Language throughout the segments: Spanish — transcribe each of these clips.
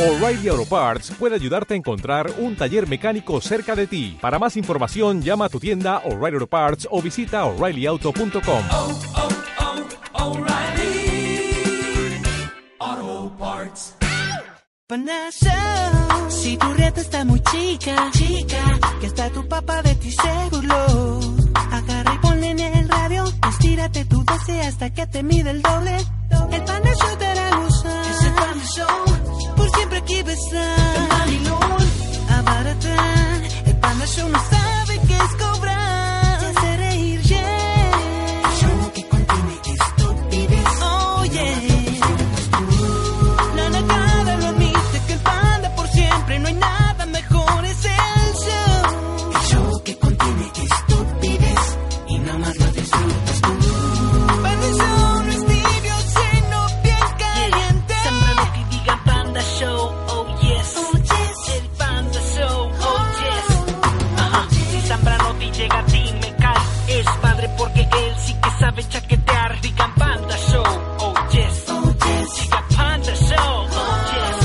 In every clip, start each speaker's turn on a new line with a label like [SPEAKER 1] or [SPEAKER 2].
[SPEAKER 1] O'Reilly Auto Parts puede ayudarte a encontrar un taller mecánico cerca de ti. Para más información, llama a tu tienda O'Reilly Auto Parts o visita oreillyauto.com.
[SPEAKER 2] oh, O'Reilly Auto Parts.
[SPEAKER 3] Panasa. Si tu reta está muy chica, chica, que hasta tu papá de ti se burló. Agarra y ponle en el radio, estírate tu doce hasta que te mide el doble. El Panda Show te hará gozar. Es el Panda Show. ah. Por siempre aquí besar. Abaratar. El Panda Show no sabe qué es cobrar. Te hace reír, yeah. Show que contiene estupidez. Oh, yeah. La nacada lo admite que el panda por siempre no hay nada mejor es el show. El show que contiene estupidez y nada más lo disfrutas tú. Panda show no es tibio, sino bien caliente.
[SPEAKER 4] Siempre lo que diga Panda Show, oh yes.
[SPEAKER 3] Oh, yes.
[SPEAKER 4] El Panda Show, oh yes. Ajá. Si Zambrano te llega a ti, me cae. Es padre porque él sí que sabe chaquetear. Digan Panda Show, oh yes.
[SPEAKER 3] Oh, yes.
[SPEAKER 4] Diga Panda Show, oh yes.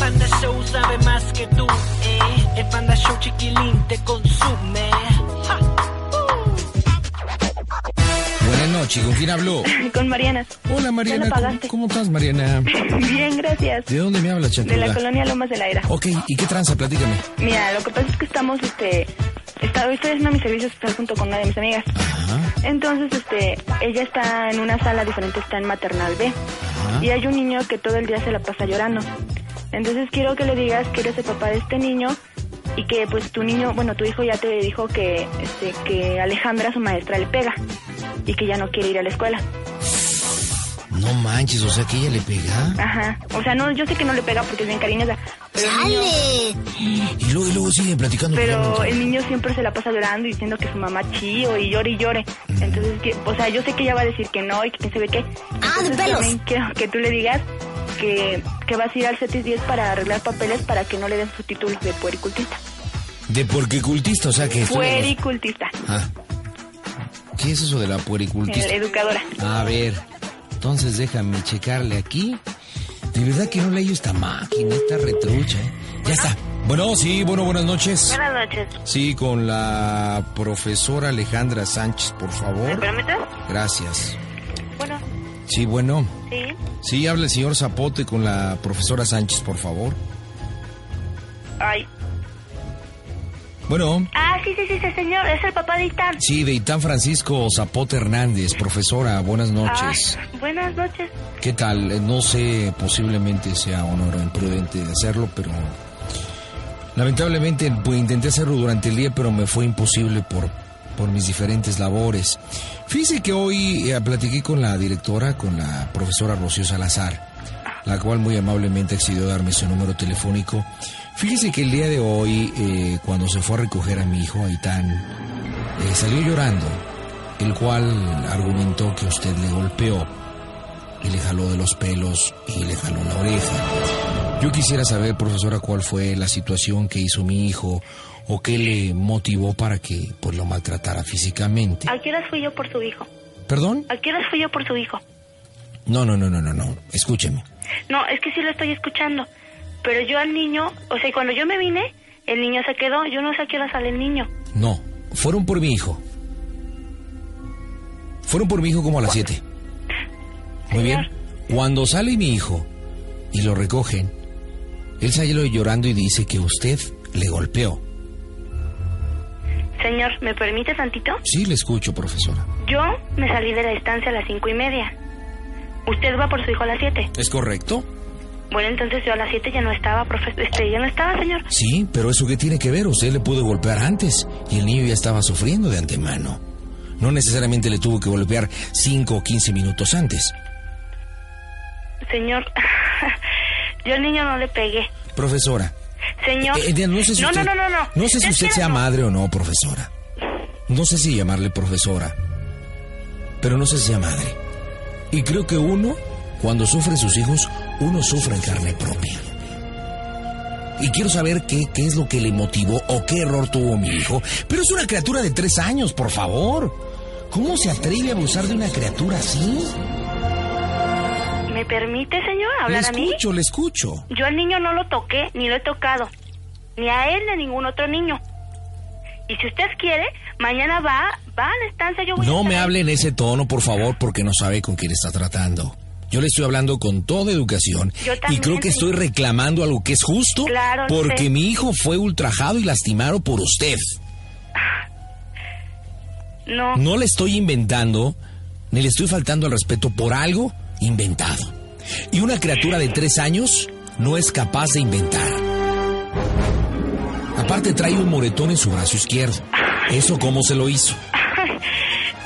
[SPEAKER 4] Panda Show sabe más que tú, eh. El Panda Show chiquilín te consume. Ja.
[SPEAKER 5] Buenas noches, ¿con quién habló?
[SPEAKER 6] Con Mariana.
[SPEAKER 5] Hola Mariana,
[SPEAKER 6] lo
[SPEAKER 5] ¿cómo,
[SPEAKER 6] pagaste.
[SPEAKER 5] cómo estás Mariana?
[SPEAKER 6] Bien, gracias.
[SPEAKER 5] ¿De dónde me hablas,
[SPEAKER 6] De
[SPEAKER 5] chatura?
[SPEAKER 6] la colonia Lomas de la Era.
[SPEAKER 5] Ok, ¿y qué tranza? Platícame.
[SPEAKER 6] Mira, lo que pasa es que estamos, este, está, hoy estoy haciendo mi servicio social junto con una de mis amigas.
[SPEAKER 5] Ajá,
[SPEAKER 6] Entonces, este, ella está en una sala diferente, está en maternal B.
[SPEAKER 5] ajá.
[SPEAKER 6] Y hay un niño que todo el día se la pasa llorando. Entonces quiero que le digas que eres el papá de este niño y que pues tu niño, bueno, tu hijo ya te dijo que, este, que Alejandra, su maestra, le pega y que ya no quiere ir a la escuela.
[SPEAKER 5] No manches, o sea que ella le pega.
[SPEAKER 6] Ajá. O sea, no, yo sé que no le pega porque es bien cariñosa. Pero el niño-
[SPEAKER 5] Y luego, y luego siguen platicando.
[SPEAKER 6] Pero
[SPEAKER 5] platicando.
[SPEAKER 6] el niño siempre se la pasa llorando y diciendo que su mamá chío y llore y llore. Entonces, que, o sea, yo sé que ella va a decir que no y que quién sabe qué.
[SPEAKER 7] Ah, de
[SPEAKER 6] Entonces,
[SPEAKER 7] pelos.
[SPEAKER 6] también quiero que tú le digas que, que vas a ir al CETIS 10 para arreglar papeles para que no le den su título de puericultista.
[SPEAKER 5] De puericultista, o sea que... estuvo-
[SPEAKER 6] Puericultista,
[SPEAKER 5] Ah. ¿Qué es eso de la puericultista?
[SPEAKER 6] eh, educadora.
[SPEAKER 5] A ver, entonces déjame checarle aquí. De verdad que no leí esta máquina, esta retrucha, ¿eh? Ya está. Bueno, sí, bueno, buenas noches.
[SPEAKER 7] Buenas noches.
[SPEAKER 5] Sí, con la profesora Alejandra Sánchez, por
[SPEAKER 7] ¿Me
[SPEAKER 5] favor.
[SPEAKER 7] permites?
[SPEAKER 5] Gracias.
[SPEAKER 7] Bueno,
[SPEAKER 5] Sí, bueno.
[SPEAKER 7] sí.
[SPEAKER 5] Sí, habla el señor Zapote con la profesora Sánchez, por favor.
[SPEAKER 7] Ay.
[SPEAKER 5] Bueno,
[SPEAKER 7] Ah, sí, sí, sí, sí, señor. Es el papá de Itán.
[SPEAKER 5] sí, de Itán Francisco Zapote Hernández, profesora, buenas noches.
[SPEAKER 7] Ah, buenas noches.
[SPEAKER 5] ¿Qué tal? Eh, No sé, posiblemente sea honor o imprudente de hacerlo, pero lamentablemente pues, intenté hacerlo durante el día, pero me fue imposible por, por mis diferentes labores. Fíjese que hoy eh, platiqué con la directora, con la profesora Rocío Salazar, la cual muy amablemente accedió a darme su número telefónico. Fíjese que el día de hoy, eh, cuando se fue a recoger a mi hijo, a Itán, eh, salió llorando, el cual argumentó que usted le golpeó y le jaló de los pelos y le jaló la oreja. Yo quisiera saber, profesora, cuál fue la situación que hizo mi hijo o qué le motivó para que pues lo maltratara físicamente.
[SPEAKER 7] ¿A qué horas fui yo por su hijo?
[SPEAKER 5] ¿Perdón?
[SPEAKER 7] ¿A qué horas fui yo por su hijo?
[SPEAKER 5] No, no, no, no, no, no. Escúcheme.
[SPEAKER 7] No, es que sí lo estoy escuchando. Pero yo al niño, o sea, cuando yo me vine, el niño se quedó. Yo no sé a qué hora sale el niño.
[SPEAKER 5] No, fueron por mi hijo. Fueron por mi hijo como a las 7. Muy bien. Cuando sale mi hijo y lo recogen, él sale llorando y dice que usted le golpeó.
[SPEAKER 7] Señor, ¿me permite tantito?
[SPEAKER 5] Sí, le escucho, profesora.
[SPEAKER 7] Yo me salí de la estancia a las cinco y media. Usted va por su hijo a las siete.
[SPEAKER 5] ¿Es correcto?
[SPEAKER 7] Bueno, entonces yo a las siete ya no estaba, profe- este, ya no estaba, señor.
[SPEAKER 5] Sí, pero ¿eso qué tiene que ver? Usted le pudo golpear antes y el niño ya estaba sufriendo de antemano. No necesariamente le tuvo que golpear 5 o 15 minutos antes.
[SPEAKER 7] Señor, yo al niño no le pegué.
[SPEAKER 5] Profesora,
[SPEAKER 7] Señor.
[SPEAKER 5] eh, eh, no sé si
[SPEAKER 7] no,
[SPEAKER 5] usted,
[SPEAKER 7] no, no, no, no.
[SPEAKER 5] no sé si usted
[SPEAKER 7] Espérame.
[SPEAKER 5] sea madre o no, profesora. No sé si llamarle profesora, pero no sé si sea madre. Y creo que uno, cuando sufre sus hijos, uno sufre en carne propia. Y quiero saber qué, qué es lo que le motivó o qué error tuvo mi hijo. Pero es una criatura de tres años, por favor. ¿Cómo se atreve a abusar de una criatura así?
[SPEAKER 7] ¿Me permite, señor, hablar
[SPEAKER 5] le
[SPEAKER 7] a mí?
[SPEAKER 5] escucho, le escucho.
[SPEAKER 7] Yo al niño no lo toqué, ni lo he tocado. Ni a él, ni a ningún otro niño. Y si usted quiere, mañana va, va a la estancia. Yo voy a
[SPEAKER 5] No
[SPEAKER 7] estar
[SPEAKER 5] me
[SPEAKER 7] ahí.
[SPEAKER 5] hable en ese tono, por favor, porque no sabe con quién está tratando. Yo le estoy hablando con toda educación
[SPEAKER 7] Yo
[SPEAKER 5] y
[SPEAKER 7] también,
[SPEAKER 5] creo que estoy
[SPEAKER 7] señor.
[SPEAKER 5] reclamando algo que es justo
[SPEAKER 7] Claro, lo
[SPEAKER 5] porque
[SPEAKER 7] sé.
[SPEAKER 5] mi hijo fue ultrajado y lastimado por usted.
[SPEAKER 7] No,
[SPEAKER 5] No le estoy inventando, ni le estoy faltando al respeto por algo inventado. Y una criatura de tres años no es capaz de inventar. Aparte trae un moretón en su brazo izquierdo. ¿Eso cómo se lo hizo?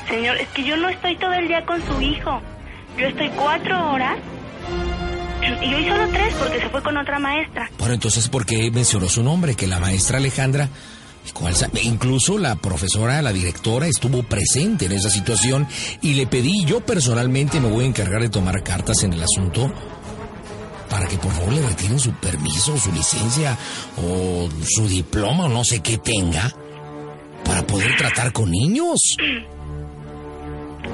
[SPEAKER 7] señor, es que yo no estoy todo el día con su hijo. Yo estoy cuatro horas. Y hoy solo tres porque se fue con otra maestra.
[SPEAKER 5] Bueno, entonces, ¿por qué mencionó su nombre? Que la maestra Alejandra, ¿cuál sa- incluso la profesora, la directora, estuvo presente en esa situación y le pedí, yo personalmente me voy a encargar de tomar cartas en el asunto para que por favor le retiren su permiso, su licencia o su diploma o no sé qué tenga para poder tratar con niños.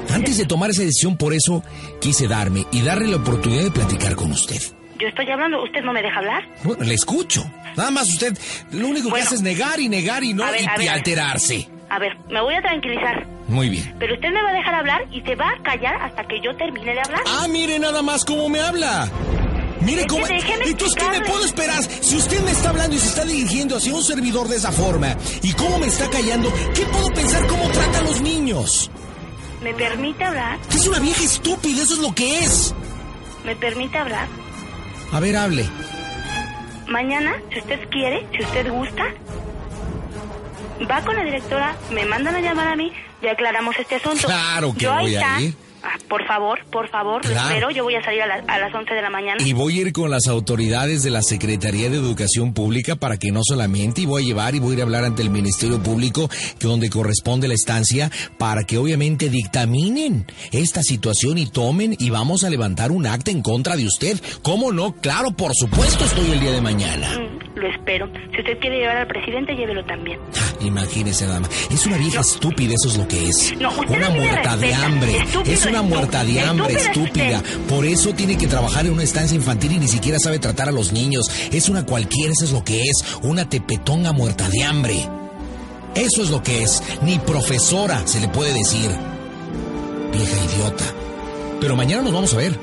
[SPEAKER 5] Antes de tomar esa decisión, por eso quise darme y darle la oportunidad de platicar con usted.
[SPEAKER 7] Yo estoy hablando, ¿usted no me deja hablar?
[SPEAKER 5] Bueno, le escucho. Nada más usted, lo único que
[SPEAKER 7] Bueno.
[SPEAKER 5] hace es negar y negar y no
[SPEAKER 7] A ver,
[SPEAKER 5] y,
[SPEAKER 7] a ver,
[SPEAKER 5] y
[SPEAKER 7] a ver.
[SPEAKER 5] alterarse.
[SPEAKER 7] A ver, me voy a tranquilizar.
[SPEAKER 5] Muy bien.
[SPEAKER 7] Pero usted me va a dejar hablar y se va a callar hasta que yo termine de hablar.
[SPEAKER 5] Ah, mire nada más cómo me habla. Mire
[SPEAKER 7] Es
[SPEAKER 5] cómo.
[SPEAKER 7] que déjeme
[SPEAKER 5] Entonces, ¿qué me
[SPEAKER 7] explicarle.
[SPEAKER 5] puedo esperar? Si usted me está hablando y se está dirigiendo hacia un servidor de esa forma y cómo me está callando, ¿qué puedo pensar cómo trata a los niños?
[SPEAKER 7] ¿Me permite hablar?
[SPEAKER 5] Es una vieja estúpida, eso es lo que es.
[SPEAKER 7] ¿Me permite hablar?
[SPEAKER 5] A ver, hable.
[SPEAKER 7] Mañana, si usted quiere, si usted gusta, va con la directora, me mandan a llamar a mí y aclaramos este asunto.
[SPEAKER 5] Claro que
[SPEAKER 7] yo ahí
[SPEAKER 5] voy a
[SPEAKER 7] está.
[SPEAKER 5] ir.
[SPEAKER 7] Ah, por favor, por favor, lo
[SPEAKER 5] Claro.
[SPEAKER 7] espero. Yo voy a salir a, la- a las 11 de la mañana.
[SPEAKER 5] Y voy a ir con las autoridades de la Secretaría de Educación Pública para que no solamente, y voy a llevar y voy a ir a hablar ante el Ministerio Público, que donde corresponde la estancia, para que obviamente dictaminen esta situación y tomen y vamos a levantar un acta en contra de usted. ¿Cómo no? Claro, por supuesto estoy el día de mañana.
[SPEAKER 7] Mm, Lo espero. Si usted quiere llevar al presidente, llévelo también.
[SPEAKER 5] Ah, Imagínese nada más. Es una vieja estúpida, eso es lo que es.
[SPEAKER 7] No, usted
[SPEAKER 5] una
[SPEAKER 7] a mí me
[SPEAKER 5] muerta de
[SPEAKER 7] respeta.
[SPEAKER 5] hambre.
[SPEAKER 7] Estúpido,
[SPEAKER 5] es una
[SPEAKER 7] estúpido.
[SPEAKER 5] muerta de hambre,
[SPEAKER 7] Estúpida es
[SPEAKER 5] estúpida. Por eso tiene que trabajar en una estancia infantil y ni siquiera sabe tratar a los niños. Es una cualquiera, eso es lo que es. Una tepetonga muerta de hambre. Eso es lo que es. Ni profesora se le puede decir. Vieja idiota. Pero mañana nos vamos a ver.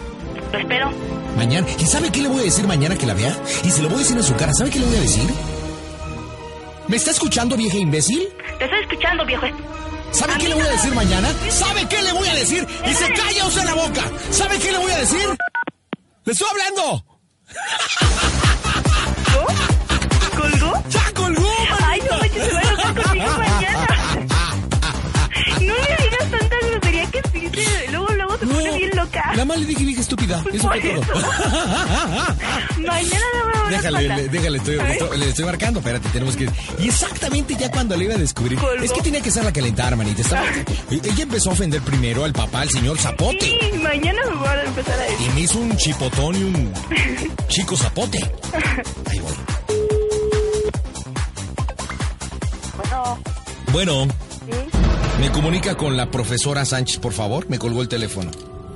[SPEAKER 7] Lo espero.
[SPEAKER 5] Mañana. ¿Y sabe qué le voy a decir mañana que la vea? Y se lo voy a decir en su cara. ¿Sabe qué le voy a decir? ¿Me está escuchando, vieja imbécil?
[SPEAKER 7] Te estoy escuchando, viejo.
[SPEAKER 5] ¿Sabe qué le voy a decir mañana? ¿Sabe qué le voy a decir? Y se calla usted la boca. ¿Sabe qué le voy a decir? ¡Le estoy hablando!
[SPEAKER 7] ¿Colgó? Ah,
[SPEAKER 5] ¡Ya colgó!
[SPEAKER 7] Ay, no manches, se va a enojar conmigo mañana. No me digas tanta grosería que sí, te- luego, luego se pone bien loca.
[SPEAKER 5] Nada más le dije vieja estúpida. Eso
[SPEAKER 7] Por
[SPEAKER 5] fue todo.
[SPEAKER 7] Mañana no me van a
[SPEAKER 5] Déjale,
[SPEAKER 7] mandar.
[SPEAKER 5] le, déjale, estoy,
[SPEAKER 7] A ver.
[SPEAKER 5] estoy- le estoy marcando. Espérate, tenemos que ir. Y exactamente ya cuando le iba a descubrir.
[SPEAKER 7] Colgó. Ah.
[SPEAKER 5] Es que tenía que hacerla calentar, manita. Estaba- ella empezó a ofender primero al papá, al señor Zapote.
[SPEAKER 7] Sí, mañana me voy a empezar a decir.
[SPEAKER 5] Y me hizo un chipotón y un chico zapote. Ahí voy. Bueno. ¿Me comunica con la profesora Sánchez, por favor? Me colgó el teléfono.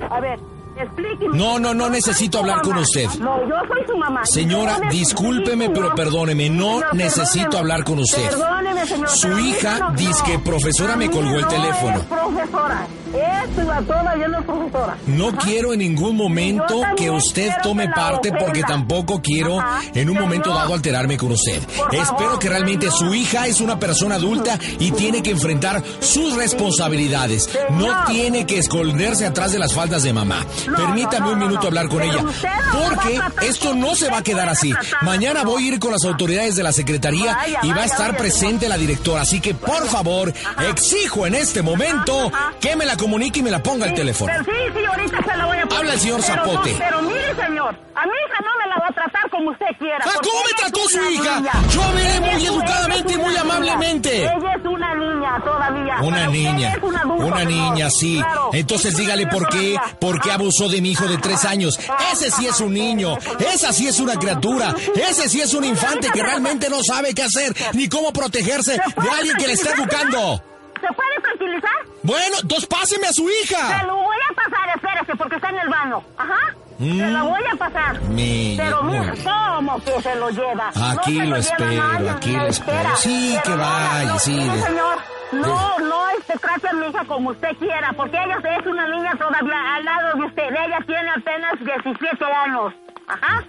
[SPEAKER 8] A ver, explíqueme.
[SPEAKER 5] No, no, no
[SPEAKER 8] Yo
[SPEAKER 5] necesito
[SPEAKER 8] soy su
[SPEAKER 5] hablar con
[SPEAKER 8] mamá.
[SPEAKER 5] usted.
[SPEAKER 8] No, yo soy su mamá.
[SPEAKER 5] Señora,
[SPEAKER 8] Perdóneme,
[SPEAKER 5] discúlpeme,
[SPEAKER 8] sí,
[SPEAKER 5] pero perdóneme, no
[SPEAKER 8] Pero
[SPEAKER 5] necesito
[SPEAKER 8] perdóneme.
[SPEAKER 5] hablar con usted.
[SPEAKER 8] Perdóneme, señor.
[SPEAKER 5] Su
[SPEAKER 8] pero a mí
[SPEAKER 5] hija
[SPEAKER 8] no-
[SPEAKER 5] dizque
[SPEAKER 8] no.
[SPEAKER 5] profesora
[SPEAKER 8] A
[SPEAKER 5] me
[SPEAKER 8] mí
[SPEAKER 5] colgó el
[SPEAKER 8] no
[SPEAKER 5] teléfono.
[SPEAKER 8] Es profesora. Es batona, yo no es profesora.
[SPEAKER 5] No
[SPEAKER 8] Ajá.
[SPEAKER 5] quiero en ningún momento
[SPEAKER 8] Yo también
[SPEAKER 5] que usted
[SPEAKER 8] quiero
[SPEAKER 5] tome
[SPEAKER 8] que la
[SPEAKER 5] parte porque
[SPEAKER 8] ofenda.
[SPEAKER 5] tampoco quiero
[SPEAKER 8] Ajá,
[SPEAKER 5] en un
[SPEAKER 8] pero
[SPEAKER 5] momento
[SPEAKER 8] no.
[SPEAKER 5] dado alterarme con usted.
[SPEAKER 8] Por favor,
[SPEAKER 5] Espero que realmente
[SPEAKER 8] no.
[SPEAKER 5] su hija es una persona adulta y tiene que enfrentar sus responsabilidades. No
[SPEAKER 8] Señor.
[SPEAKER 5] tiene que esconderse atrás de las faldas de mamá.
[SPEAKER 8] No,
[SPEAKER 5] Permítame
[SPEAKER 8] no,
[SPEAKER 5] un
[SPEAKER 8] no,
[SPEAKER 5] minuto
[SPEAKER 8] no.
[SPEAKER 5] hablar con
[SPEAKER 8] Pero
[SPEAKER 5] ella
[SPEAKER 8] usted no va a
[SPEAKER 5] porque
[SPEAKER 8] tratar
[SPEAKER 5] esto
[SPEAKER 8] con-
[SPEAKER 5] no se va a
[SPEAKER 8] usted
[SPEAKER 5] quedar
[SPEAKER 8] no
[SPEAKER 5] así.
[SPEAKER 8] va a tratar,
[SPEAKER 5] Mañana
[SPEAKER 8] señor.
[SPEAKER 5] voy a ir con las autoridades de la secretaría
[SPEAKER 8] Vaya,
[SPEAKER 5] y va a
[SPEAKER 8] vaya,
[SPEAKER 5] estar
[SPEAKER 8] vaya,
[SPEAKER 5] presente la directora. Así que por favor, exijo en este momento
[SPEAKER 8] Ajá, ajá.
[SPEAKER 5] que me la comunique y me la ponga al
[SPEAKER 8] Sí,
[SPEAKER 5] teléfono.
[SPEAKER 8] pero sí, sí, ahorita se la voy a poner.
[SPEAKER 5] Habla el señor
[SPEAKER 8] Pero no,
[SPEAKER 5] Zapote.
[SPEAKER 8] Pero, mire, señor, a mi hija no me la va a tratar como usted quiera.
[SPEAKER 5] Ah,
[SPEAKER 8] porque
[SPEAKER 5] ¿cómo
[SPEAKER 8] ella
[SPEAKER 5] me
[SPEAKER 8] es
[SPEAKER 5] trató
[SPEAKER 8] una
[SPEAKER 5] su hija?
[SPEAKER 8] niña.
[SPEAKER 5] Yo veré muy
[SPEAKER 8] Ella es-
[SPEAKER 5] educadamente
[SPEAKER 8] ella
[SPEAKER 5] y
[SPEAKER 8] es
[SPEAKER 5] muy
[SPEAKER 8] una niña.
[SPEAKER 5] amablemente.
[SPEAKER 8] Ella es una niña todavía.
[SPEAKER 5] Una
[SPEAKER 8] Para usted
[SPEAKER 5] niña,
[SPEAKER 8] es un adulto,
[SPEAKER 5] una
[SPEAKER 8] señor.
[SPEAKER 5] niña, sí.
[SPEAKER 8] Claro.
[SPEAKER 5] Entonces
[SPEAKER 8] Es una
[SPEAKER 5] dígale
[SPEAKER 8] niña Ah,
[SPEAKER 5] por qué,
[SPEAKER 8] todavía.
[SPEAKER 5] por qué
[SPEAKER 8] Ah,
[SPEAKER 5] abusó de mi hijo de tres años. Ese sí es un niño, esa sí es una criatura, ese sí es un infante que realmente no sabe qué hacer ni cómo protegerse de alguien que le está educando.
[SPEAKER 8] ¿Se puede tranquilizar?
[SPEAKER 5] Bueno, dos páseme a su
[SPEAKER 8] Se
[SPEAKER 5] hija.
[SPEAKER 8] lo voy a pasar, espérese, porque está en el baño. Ajá. Se
[SPEAKER 5] Mm.
[SPEAKER 8] lo voy a pasar.
[SPEAKER 5] Me-
[SPEAKER 8] Pero mira,
[SPEAKER 5] muy bien.
[SPEAKER 8] ¿cómo que se lo lleva?
[SPEAKER 5] Aquí
[SPEAKER 8] se
[SPEAKER 5] lo
[SPEAKER 8] lleva
[SPEAKER 5] espero,
[SPEAKER 8] nadie,
[SPEAKER 5] aquí
[SPEAKER 8] me
[SPEAKER 5] lo espero.
[SPEAKER 8] espera.
[SPEAKER 5] Sí,
[SPEAKER 8] Pero
[SPEAKER 5] que
[SPEAKER 8] no,
[SPEAKER 5] vaya,
[SPEAKER 8] no,
[SPEAKER 5] sí, Eh.
[SPEAKER 8] mire,
[SPEAKER 5] de-
[SPEAKER 8] señor, no,
[SPEAKER 5] de-
[SPEAKER 8] no, este, trate a mi hija como usted quiera, porque ella es una niña todavía al lado de usted. Ella tiene apenas 17 años. Ajá.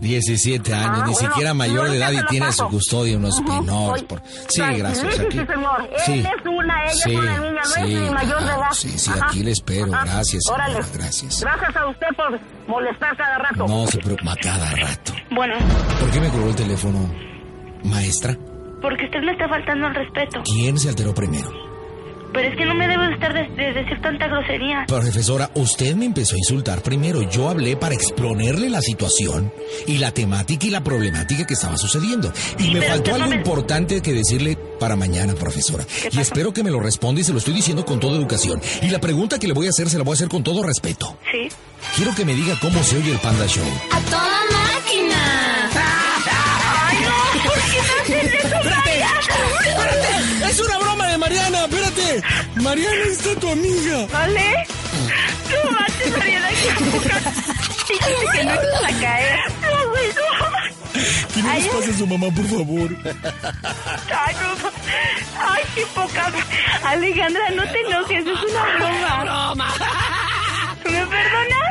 [SPEAKER 5] 17 años,
[SPEAKER 8] Ah,
[SPEAKER 5] ni
[SPEAKER 8] bueno,
[SPEAKER 5] siquiera mayor de
[SPEAKER 8] ahorita
[SPEAKER 5] edad
[SPEAKER 8] se
[SPEAKER 5] y
[SPEAKER 8] lo
[SPEAKER 5] tiene
[SPEAKER 8] paso.
[SPEAKER 5] su custodia unos
[SPEAKER 8] Ujú,
[SPEAKER 5] menores.
[SPEAKER 8] oye,
[SPEAKER 5] Por... Sí,
[SPEAKER 8] tranquilícese,
[SPEAKER 5] gracias. Aquí.
[SPEAKER 8] señor. Él
[SPEAKER 5] Sí.
[SPEAKER 8] es una, ella es
[SPEAKER 5] Sí,
[SPEAKER 8] una niña, no es
[SPEAKER 5] sí,
[SPEAKER 8] ni mayor de
[SPEAKER 5] claro,
[SPEAKER 8] edad.
[SPEAKER 5] Sí, sí,
[SPEAKER 8] Ajá,
[SPEAKER 5] aquí le espero.
[SPEAKER 8] ajá.
[SPEAKER 5] Gracias, señora,
[SPEAKER 8] Órale.
[SPEAKER 5] gracias.
[SPEAKER 8] Gracias a usted por molestar cada rato.
[SPEAKER 5] No se preocupa a cada rato.
[SPEAKER 7] Bueno,
[SPEAKER 5] ¿Por qué me colgó el teléfono, maestra?
[SPEAKER 7] porque usted me está faltando al respeto.
[SPEAKER 5] ¿Quién se alteró primero?
[SPEAKER 7] Pero es que no me debe de estar de, de decir tanta grosería.
[SPEAKER 5] Profesora, usted me empezó a insultar primero. Yo hablé para exponerle la situación y la temática y la problemática que estaba sucediendo. Y
[SPEAKER 7] Sí,
[SPEAKER 5] me
[SPEAKER 7] pero
[SPEAKER 5] faltó
[SPEAKER 7] usted no
[SPEAKER 5] algo
[SPEAKER 7] me-
[SPEAKER 5] importante que decirle para mañana, profesora. Y
[SPEAKER 7] pasó?
[SPEAKER 5] espero que me lo responda y se lo estoy diciendo con toda educación. Y la pregunta que le voy a hacer se la voy a hacer con todo respeto.
[SPEAKER 7] Sí.
[SPEAKER 5] Quiero que me diga cómo se oye el Panda Show.
[SPEAKER 9] ¡A toda máquina!
[SPEAKER 5] ¡Espérate! ¡Espérate! ¡Es una broma de Mariana! ¡Espérate! ¡Mariana está tu amiga!
[SPEAKER 7] ¿Vale?
[SPEAKER 5] Mm.
[SPEAKER 7] No mates, Mariana, que Fíjate que no ibas a caer. No, güey, no.
[SPEAKER 5] Que no les pase a su mamá, por favor.
[SPEAKER 7] Ay, no. Ay, qué poca. Alejandra, no te enojes, es una broma. broma. ¿Me perdonas?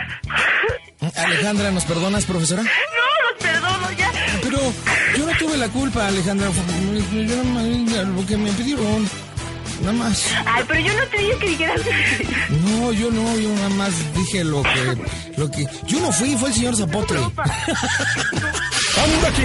[SPEAKER 5] Alejandra, ¿nos perdonas, profesora?
[SPEAKER 7] No, los perdono ya.
[SPEAKER 5] Pero yo no tuve la culpa, Alejandra. Yo nada más lo que me pidieron. Nada más.
[SPEAKER 7] Ay, pero yo no te dije que dijeras.
[SPEAKER 5] No, yo no, yo nada más dije lo que, lo que. Yo no fui, fue el señor Zapote.
[SPEAKER 1] Anda aquí,